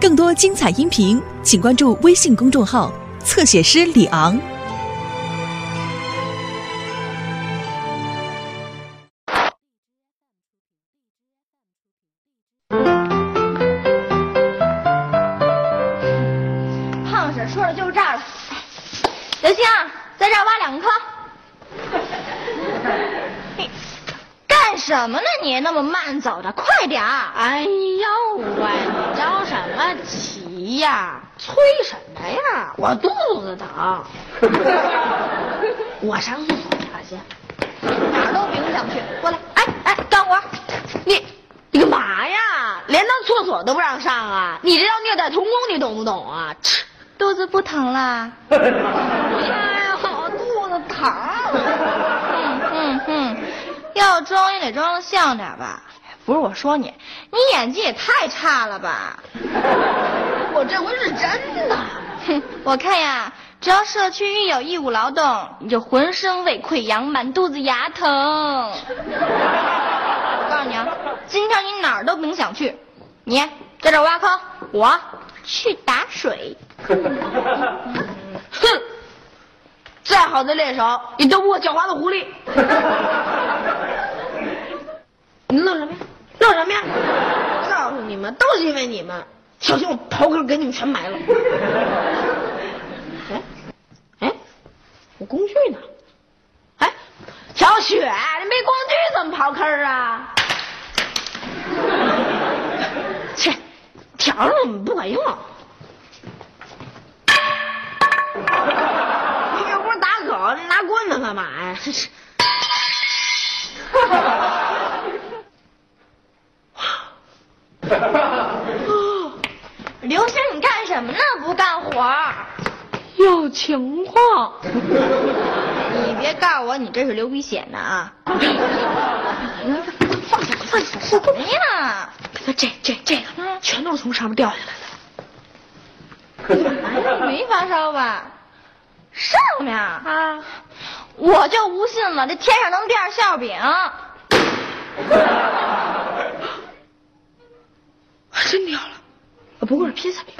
更多精彩音频，请关注微信公众号“侧写师李昂胖婶说的就是这儿了。哎刘星，在这儿挖 两个坑。你干什么呢你？那么慢走的，快点儿！哎呦喂，你着什么急呀？催什么呀？我肚子疼。我上厕所去。哪儿都不用想去。过来，哎哎，等会儿，你你干嘛呀？连趟厕所都不让上啊？你这叫虐待童工，你懂不懂啊？ 吃，肚子不疼啦？哎呀，我肚子疼。啊嗯嗯嗯，要装也得装的像点儿吧。不是我说你，你演技也太差了吧？我这回是真的。哼， 我看呀，只要社区一有义务劳动，你就浑身胃溃疡、满肚子牙疼。我告诉你啊，今天你哪儿都甭想去，你在这儿挖坑，我去打水。哼，再好的猎手也斗不过狡猾的狐狸。你乐什么呀？乐什么呀？告诉你们，都是因为你们，小心我刨根给你们全埋了。哎，哎，我工具呢？哎，小雪，你没工具怎么刨坑啊？切，条儿怎么不管用？你这不是打狗，你拿棍子干嘛呀？真是。刘星，你干什么呢？不干活儿有情况。你别告诉我你这是流鼻血呢啊！放下，放下，什么呀？这这这这个全都是从上面掉下来的。没发烧吧？上面啊啊，我就不信了，这天上能掉馅饼？还真掉了，啊不过是披萨饼。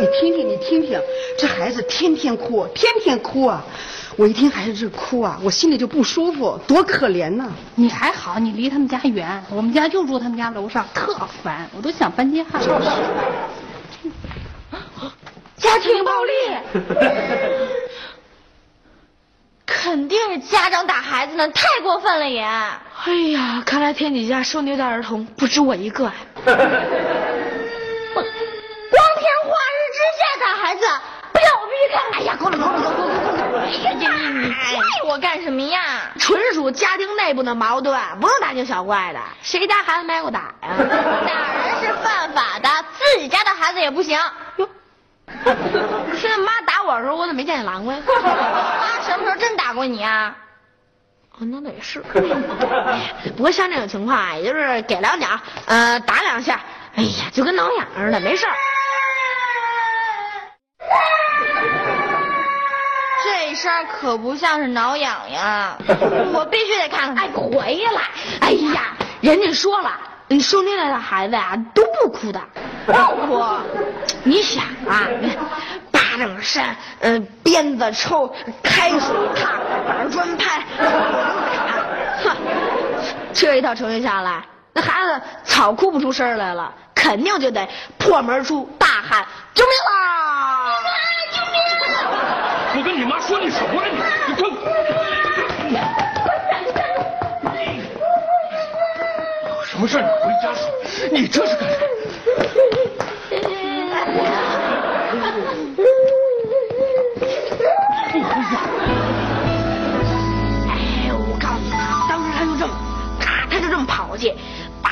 你听听，你听听，这孩子天天哭，天天哭啊！我一听孩子这哭啊，我心里就不舒服，多可怜呐、你还好，你离他们家远，我们家就住他们家楼上，特烦，我都想搬家了。家庭暴力，肯定是家长打孩子呢，太过分了也。哎呀，看来天底下受虐待儿童不止我一个呀、光天化日之下打孩子，不要我逼看！哎呀，过来过来过来过来过来！哎呀，怪我干什么呀？纯属家庭内部的矛盾，不用大惊小怪的。谁家孩子挨过啊打呀？打人 是犯法的，自己家的孩子也不行。现在妈打我的时候，我怎么没见你拦过呀？妈什么时候真打过你啊？哦，那倒也是。 不过像这种情况啊，也就是给两脚，呃，打两下，哎呀，就跟挠痒似的，没事儿。这声儿可不像是挠痒呀，我必须得看看。哎，回来！哎呀，人家说了，你受虐待的孩子呀、都不哭的，不哭。你想啊，你巴掌扇，嗯、鞭子抽，开水烫，板砖拍，哼，这一套程序下来，那孩子早哭不出声儿来了，肯定就得破门而出，大喊救命啊！我跟你妈说你什么呢？你你滚！什么事儿？你回家说。你这是干什么？哎，我告诉你，当时他就这么，咔，他就这么跑过去，叭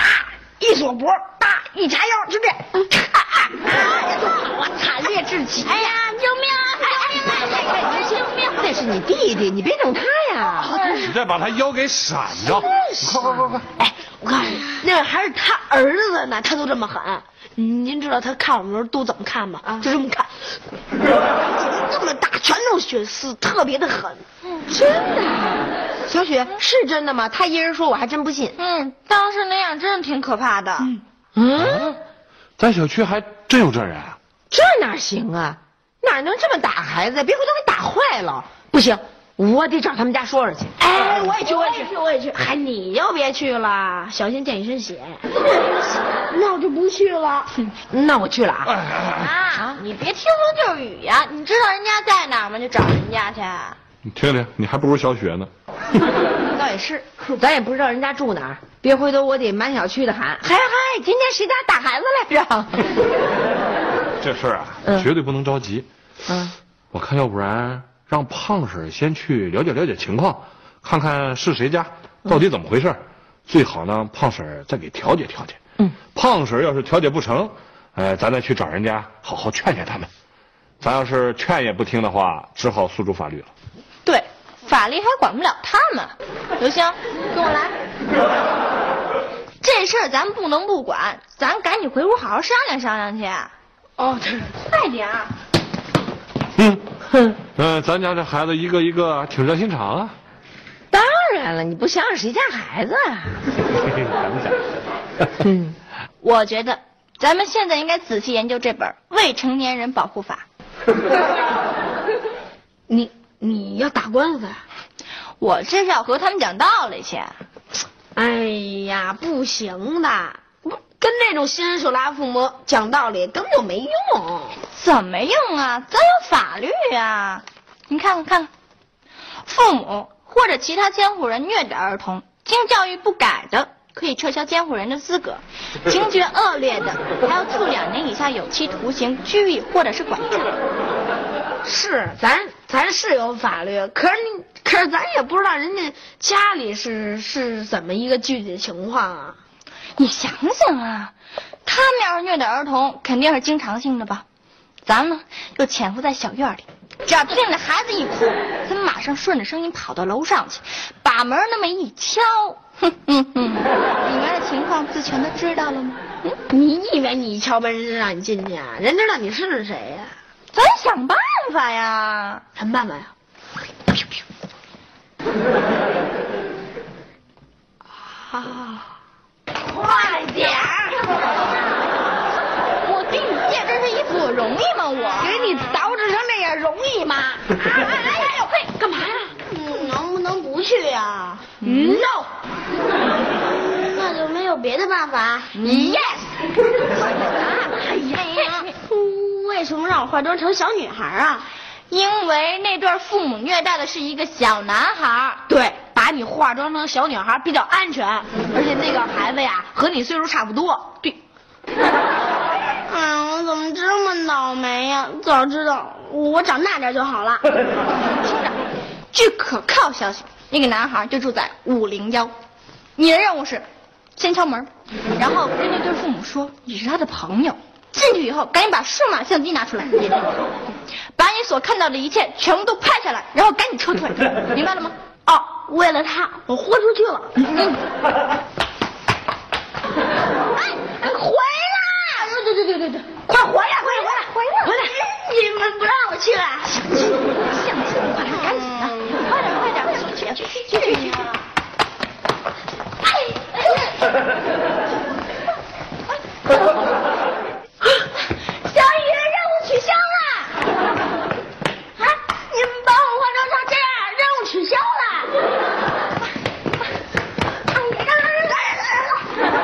一锁脖，叭一夹腰，就这样，啊啊啊！就跑啊，惨烈至极。哎呀，救命啊！救命啊！救命！那是你弟弟，你别整他呀。你再把他腰给闪着！快快快快！哎，我告诉你，那还是他儿子呢，他都这么狠。嗯您知道他看我们都怎么看吗？就这么看，这么大，全都是血丝，特别的狠。小雪是真的吗？他一人说，我还真不信。嗯，当时那样真的挺可怕的。咱小区还真有这人啊！这哪行啊？哪能这么打孩子？别回头给打坏了。不行，我得找他们家说说去。哎，我也去，我也去，我也去。嗨，你就别去了，小心溅一身 血。那我就不去了。 那我去了哎啊。啊，你别听风就是雨呀、你知道人家在哪儿吗？就找人家去。你听听，你还不如小雪呢。倒也是，咱也不知道人家住哪儿，别回头我得满小区的喊，嗨嗨，今天谁家打孩子来着？这事儿啊，绝对不能着急。嗯，我看要不然让胖婶儿先去了解了解情况，看看是谁家，到底怎么回事儿。最好呢，胖婶儿再给调解调解。嗯，胖婶儿要是调解不成，呃，咱再去找人家好好劝劝他们。咱要是劝也不听的话，只好诉诸法律了。 对，法律还管不了他们。刘星，跟我来。这事儿咱不能不管，咱赶紧回屋好好商量商量去。哦，对，快点啊！嗯，哼，嗯，咱家这孩子一个一个还挺热心肠啊。当然了，你不想想谁家孩子啊？ 咱们家，嗯，我觉得咱们现在应该仔细研究这本《未成年人保护法》。嗯你你要打官司？啊我这是要和他们讲道理去。哎呀，不行的，不跟那种新人手拉父母讲道理根本就没用。怎么用啊？咱有法律啊！你看看看看，父母或者其他监护人虐待儿童，经教育不改的，可以撤销监护人的资格；情节恶劣的，还要处两年以下有期徒刑、拘役或者是管教。是，咱咱是有法律，可是你可是咱也不知道人家家里是是怎么一个具体情况啊。你想想啊，他们要是虐待儿童，肯定是经常性的吧？咱呢，就潜伏在小院里，只要听着孩子一哭，咱马上顺着声音跑到楼上去，把门那么一敲，哼哼哼，里面的情况自全都知道了吗？嗯，你以为你一敲门人家让你进去啊？人知道你是谁呀、咱想办法呀。什么办法呀？啊 我跟你借这是衣服，我容易吗？我啊给你捯饬成这样容易吗？哎哎哎，嘿，干嘛呀？能不能不去呀、啊、？No，那就没有别的办法。Yes，哎呀，为什么让我化妆成小女孩啊？因为那对父母虐待的是一个小男孩儿，对，把你化妆成小女孩比较安全，而且那个孩子呀和你岁数差不多。对。哎呀，我怎么这么倒霉呀、早知道我长大点就好了。据可靠消息，那个男孩就住在五零幺。你的任务是，先敲门，然后跟那对父母说你是他的朋友。进去以后，赶紧把数码相机拿 出来，把你所看到的一切全部都拍下来，然后赶紧撤 退，明白了吗？哦，为了他，我豁出去 了。哎，哎回来！哎对对对对对，快回来，快来，回来，回来！你们不让我去啊？赶紧的，快点快点，去去去去去！小雨，任务取消了！啊，你们把我化妆成这样，任务取消了！哎呀，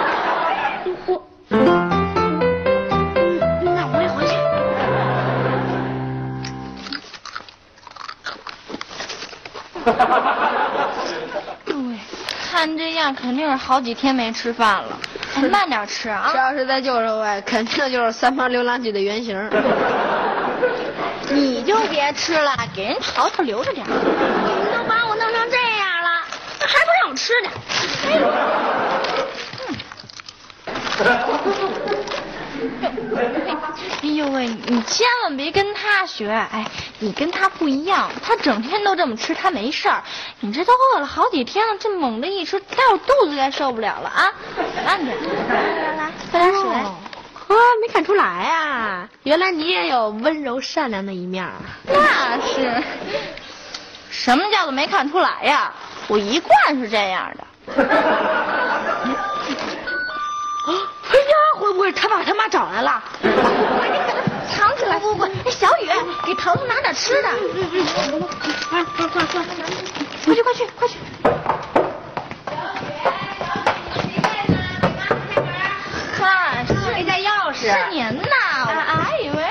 看这样肯定是好几天没吃饭了，哎慢点吃啊这！要是再救上我，肯定就是三毛流浪记的原型。你就别吃了，给人瞧瞧留着点儿。你们都把我弄成这样了，还不让我吃呢？哎哎呦喂，你千万别跟他学，哎，你跟他不一样，他整天都这么吃，他没事儿。你这都饿了好几天了，这猛的一吃，待会儿肚子该受不了了啊！慢点，来来来，喝点水。啊，没看出来啊，原来你也有温柔善良的一面啊儿。那是，什么叫做没看出来呀？我一贯是这样的。哎呀，会不会他爸他妈找来了？藏起来！不不不，小雨，给桃子拿点吃的。嗯快去快去快去！嗨，谁家钥匙？是您呐，我还以为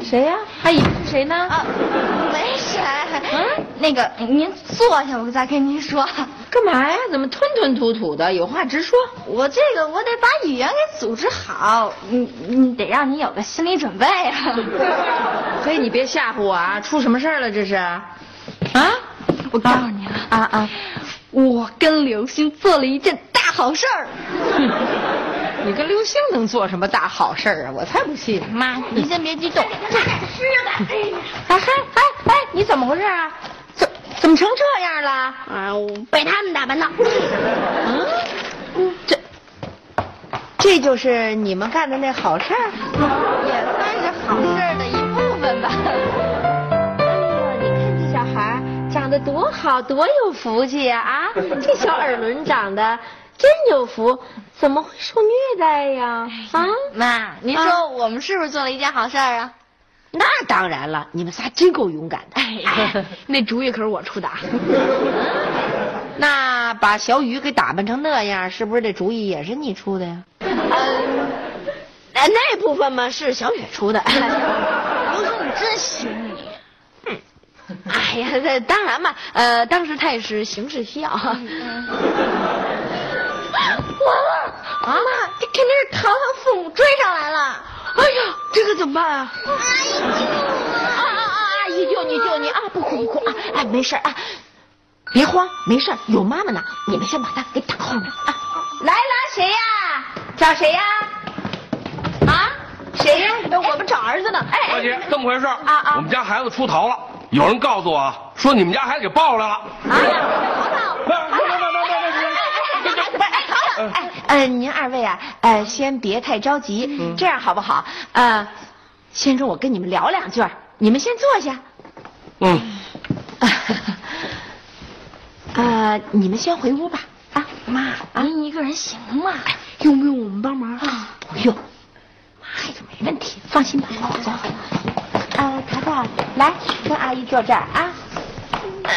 是谁呀？还以为是谁呢？啊，没谁。嗯，那个您坐下，我再跟您说。干嘛呀？怎么吞吞吐吐的？有话直说。我这个我得把语言给组织好，你你得让你有个心理准备啊。 嘿，你别吓唬我啊！出什么事儿了？这是？啊？我告诉你啊，啊啊！我跟刘星做了一件大好事儿。你跟刘星能做什么大好事儿啊？我才不信！妈，您先别激动，这哎嗨哎哎，你怎么回事啊？怎怎么成这样了？啊，我被他们打扮的。嗯，这这就是你们干的那好事儿？也算是好事儿的一部分吧。哎呦，你看这小孩儿长得多好，多有福气呀、 啊！这小耳轮长得真有福，怎么会受虐待呀？啊， 妈，您啊说我们是不是做了一件好事儿啊？那当然了，你们仨真够勇敢的。哎， 那主意可是我出的。那把小雨给打扮成那样，是不是这主意也是你出的呀？嗯，那部分嘛是小雨出 的。刘星，你真行你！哎呀，这当然嘛，呃，当时他也是形势需要。完了，啊，妈，这肯定是糖糖父母追上来了。哎呀，这可怎么办啊？啊啊啊！阿姨救你救你啊！不哭不哭啊！哎，没事儿啊，别慌，没事儿，有妈妈呢。你们先把他给挡后面啊。来了，谁呀？找谁呀？啊？谁呀？我们找儿子呢。哎老姐，这么回事啊啊我们家孩子出逃了，有人告诉我啊，说你们家孩子给抱来了。啊，淘淘。别别别别别别！哎， 呃，您二位啊，呃，先别太着急，这样好不好？呃，先让我跟你们聊两句儿，你们先坐下。 嗯，呃，你们先回屋吧。啊，妈，您一个人行吗？哎用不用我们帮忙啊？不用，妈呀，没问题，放心吧。呃，淘淘，来跟阿姨坐这儿啊。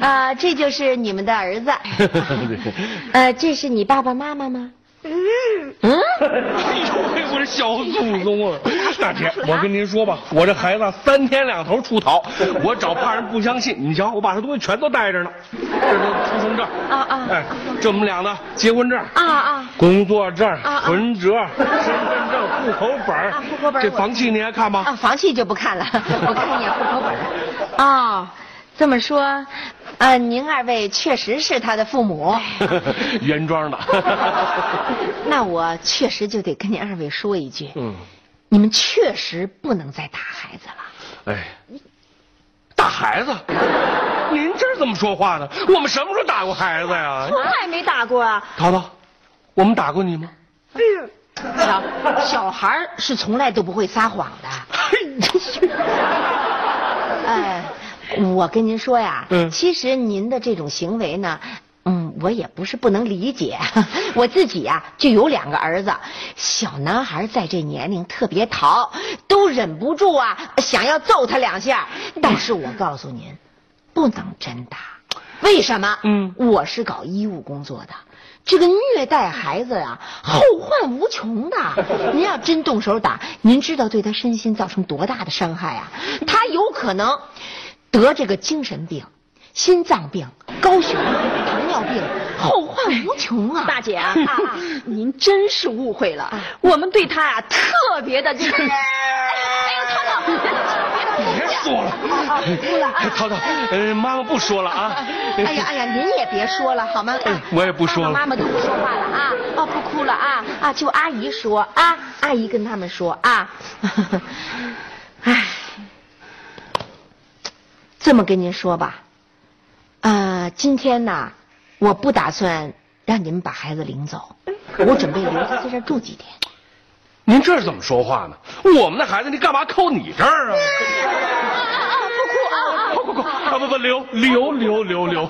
啊，这就是你们的儿子。呃，这是你爸爸妈妈吗？嗯。哎呦喂，我这小祖宗啊！ 大姐，我跟您说吧，我这孩子啊三天两头出逃，我找怕人不相信。你瞧，我把这东西全都带着呢，这都出生证啊啊哎，这我们俩呢，结婚证啊啊！工作证啊、存折、身份证、户口本儿啊户口本儿这我房契您还看吗？啊，房契就不看了，我看一眼户口本儿。哦，这么说，呃，您二位确实是他的父母， 原 装的。那我确实就得跟您二位说一句，嗯，你们确实不能再打孩子了。哎，打孩子，您这是怎么说话呢？我们什么时候打过孩子呀？从来没打过啊！淘淘，我们打过你吗？小小孩儿是从来都不会撒谎的。哎，我跟您说呀，嗯其实您的这种行为呢，嗯，我也不是不能理解。 我自己呀、就有两个儿子，小男孩在这年龄特别淘，都忍不住啊想要揍他两下。但是我告诉您，不能真打。为什么？嗯我是搞医务工作的，这个虐待孩子啊，嗯后患无穷的。 您要真动手打，您知道对他身心造成多大的伤害啊？他有可能得这个精神病、心脏病、高血压、糖尿 病，后患无穷啊！大姐 啊啊啊，您真是误会了，我们对他呀特别的 这个。哎别说了，涛涛，呃，妈妈不说了啊。 哎呀哎呀，您也别说了好吗？啊哎我也不说了妈妈妈妈都不说话了啊，哦不哭了啊啊，就阿姨说啊，阿姨跟他们说啊， 哎，这么跟您说吧，呃，今天呢，我不打算让你们把孩子领走，我准备留他在这儿住几天。您这是怎么说话呢？我们的孩子，你干嘛扣你这儿啊？不不不，啊不不，留留留留留。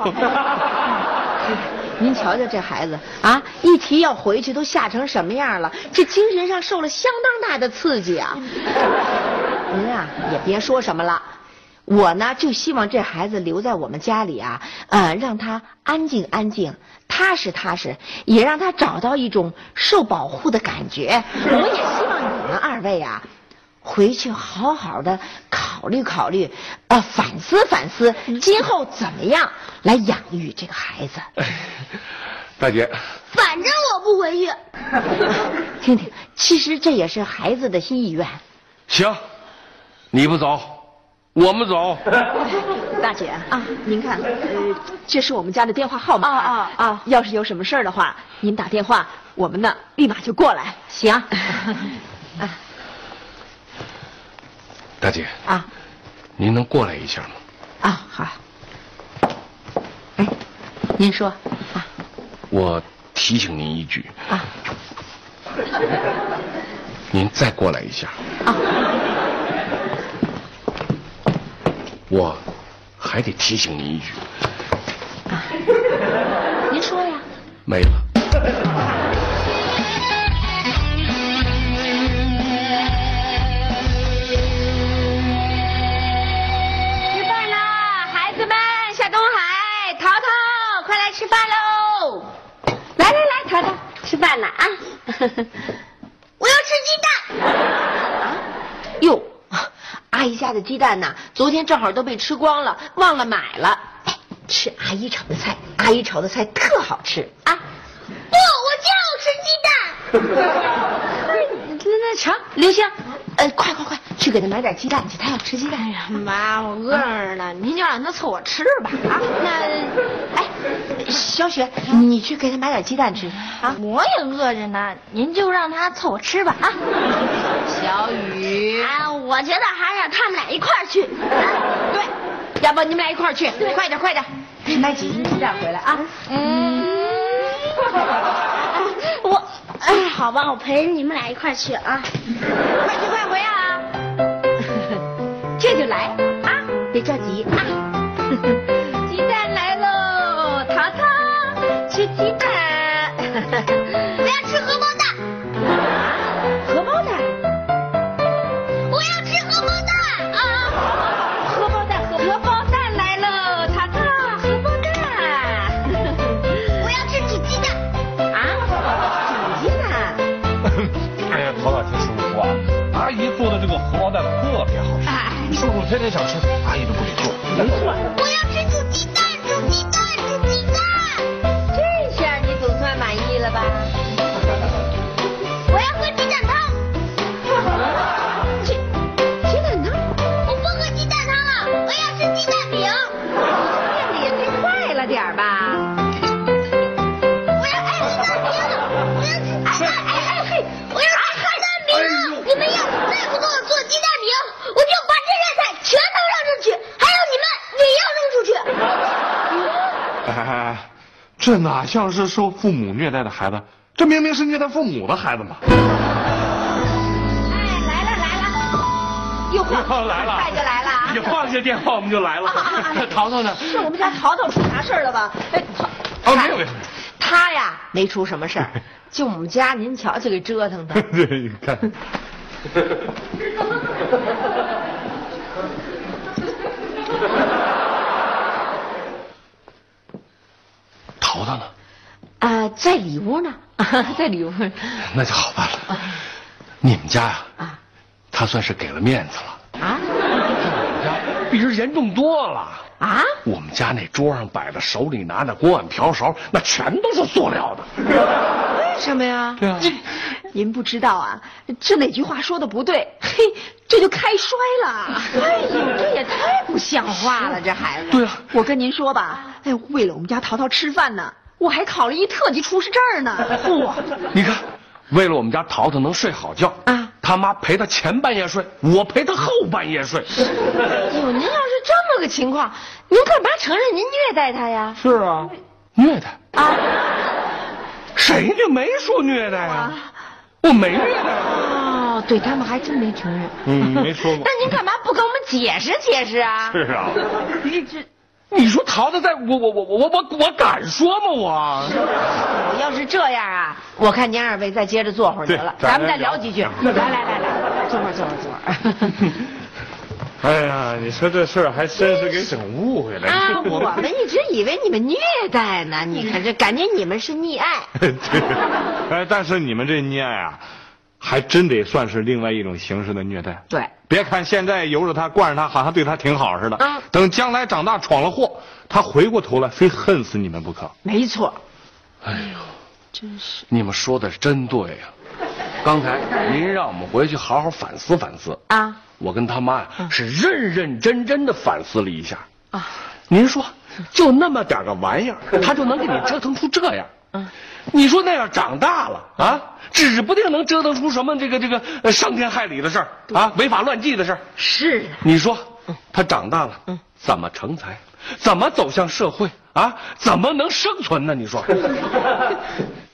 您瞧瞧这孩子啊，一提要回去都吓成什么样了？这精神上受了相当大的刺激啊！您啊也别说什么了，我呢就希望这孩子留在我们家里啊，呃，让他安静安静，踏实踏实，也让他找到一种受保护的感觉。我也希望你们二位啊，回去好好的考虑考虑，呃，反思反思，今后怎么样来养育这个孩子。哎大姐，反正我不回去。听听，其实这也是孩子的心意愿。行，你不走，我们走。大姐啊，您看，呃，这是我们家的电话号码啊啊啊要是有什么事儿的话，您打电话，我们呢立马就过来。 行大姐，啊您能过来一下吗？啊，好。哎，您说啊我提醒您一句，啊您再过来一下。啊！我还得提醒您一句，您说呀。没了。吃饭啦，孩子们！夏东海、淘淘，快来吃饭喽！来来来，淘淘，吃饭呢 啊！我要吃鸡蛋。啊哟，啊阿姨家的鸡蛋呐，昨天正好都被吃光了，忘了买了。哎，吃阿姨炒的菜，阿姨炒的菜特好吃啊！不，我就要吃鸡蛋。那那成，刘星，呃，快快快，去给他买点鸡蛋去，他要吃鸡蛋。哎呀。妈，我饿着呢，您就让他凑合吃吧啊！那，哎，小雪，你去给他买点鸡蛋吃啊。我也饿着呢，您就让他凑合吃吧啊！小雨，啊，我觉得还是让他们俩一块儿去。哎对，要不你们俩一块儿去，快点快点，买几斤鸡蛋回来啊！我，哎，好吧，我陪你们俩一块儿去啊！快去快回啊！ 这就来啊，别着急啊。鸡蛋来喽，淘淘，吃鸡蛋。我要吃荷包蛋，荷包蛋，我要吃荷包蛋啊！荷包蛋，荷包蛋来喽！淘淘，荷包蛋 我要吃煮鸡蛋。啊，煮鸡蛋。 哎呀，陶大姐叔叔啊，阿姨做的这个荷包蛋特别好哎吃，叔叔天天想吃，阿姨都不给做。我要吃煮鸡蛋，煮鸡蛋，煮鸡蛋。这下你总算满意了吧？我要喝鸡蛋汤。鸡蛋汤，我不喝鸡蛋汤了，我要吃鸡蛋饼。变得也太快了点儿吧？我要爱吃蛋饼，我要吃哎哎哎嘿，我要吃蛋饼。你们要是再不给我做鸡蛋饼，我就把这些菜全都扔出去，还有你们也要扔出去。哎哎哎，这哪像是受父母虐待的孩子？这明明是虐待父母的孩子嘛！哎，来了来了，又换来了哎快就来了啊！你放下电话，我们就来了。 淘淘呢？是我们家淘淘出啥事儿了吧？哎，淘啊，没有没有。他呀没出什么事儿，就我们家您瞧瞧给折腾的。对，你看，放呢？啊，在里屋呢，在里屋。那就好办了。你们家呀、啊他算是给了面子了。啊我们家比人严重多了。啊！我们家那桌上摆的，手里拿的锅碗瓢勺，那全都是塑料的。为什么呀？对啊，您不知道啊，这哪句话说的不对？嘿，这就开摔了。哎呦，这也太不像话了，这孩子。对啊，我跟您说吧，哎，为了我们家淘淘吃饭呢，我还考了一特级厨师证呢。哇，你看，为了我们家淘淘能睡好觉啊，他妈陪他前半夜睡，我陪他后半夜睡。哎哟，您要是这么个情况，您干嘛承认您虐待他呀？是啊，虐待啊，谁就没说虐待啊？我没虐待啊。哦，对他们还真没承认。嗯，没说过那。您干嘛不跟我们解释解释啊？是啊，你说桃子在我我我我我我敢说吗我？ 要是这样啊，我看您二位再接着坐会儿去了，对咱们再咱聊嗯几句。来来来来，坐会儿坐会儿坐会儿。 哎呀，你说这事儿还真是给整误会了。啊，我们一直以为你们虐待呢，你看这感觉你们是溺爱。 对，哎，但是你们这溺爱啊，还真得算是另外一种形式的虐待。对，别看现在由着他、惯着他，好像对他挺好似的。啊等将来长大闯了祸，他回过头来非恨死你们不可。没错。你们说的真对呀、刚才您让我们回去好好反思反思啊！我跟他妈呀、是认认真真的反思了一下啊。您说，就那么点个玩意儿，他就能给你折腾出这样？你说那要长大了啊，指不定能折腾出什么这个这个呃伤天害理的事儿啊，违法乱纪的事儿。是的，你说，他长大了，怎么成才？怎么走向社会啊？怎么能生存呢？你说，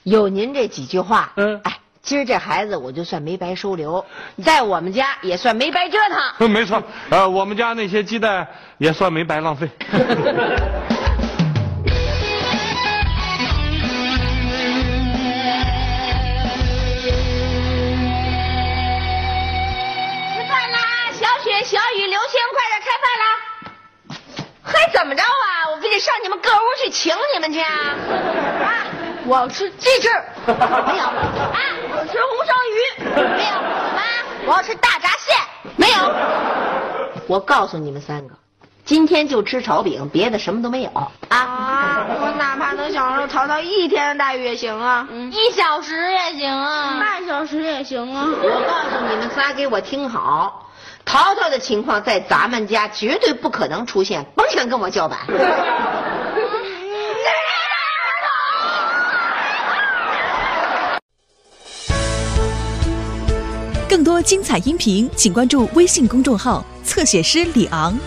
有您这几句话，嗯哎，今儿这孩子我就算没白收留，在我们家也算没白折腾。嗯，没错，呃，我们家那些鸡蛋也算没白浪费。吃饭啦！小雪、小雨、刘星，快点开饭啦！嘿，怎么着啊？我非得上你们各屋去请你们去啊！啊，我要吃鸡翅，没有啊，我吃红烧鱼，没有啊，我要吃大闸蟹，没有。我告诉你们三个，今天就吃炒饼，别的什么都没有啊。我哪怕能享受淘淘一天的待遇也行啊，一小时也行啊。半小时也行啊。我告诉你们仨，给我听好，淘淘的情况在咱们家绝对不可能出现，甭想跟我叫板。更多精彩音频，请关注微信公众号“侧写师李昂”。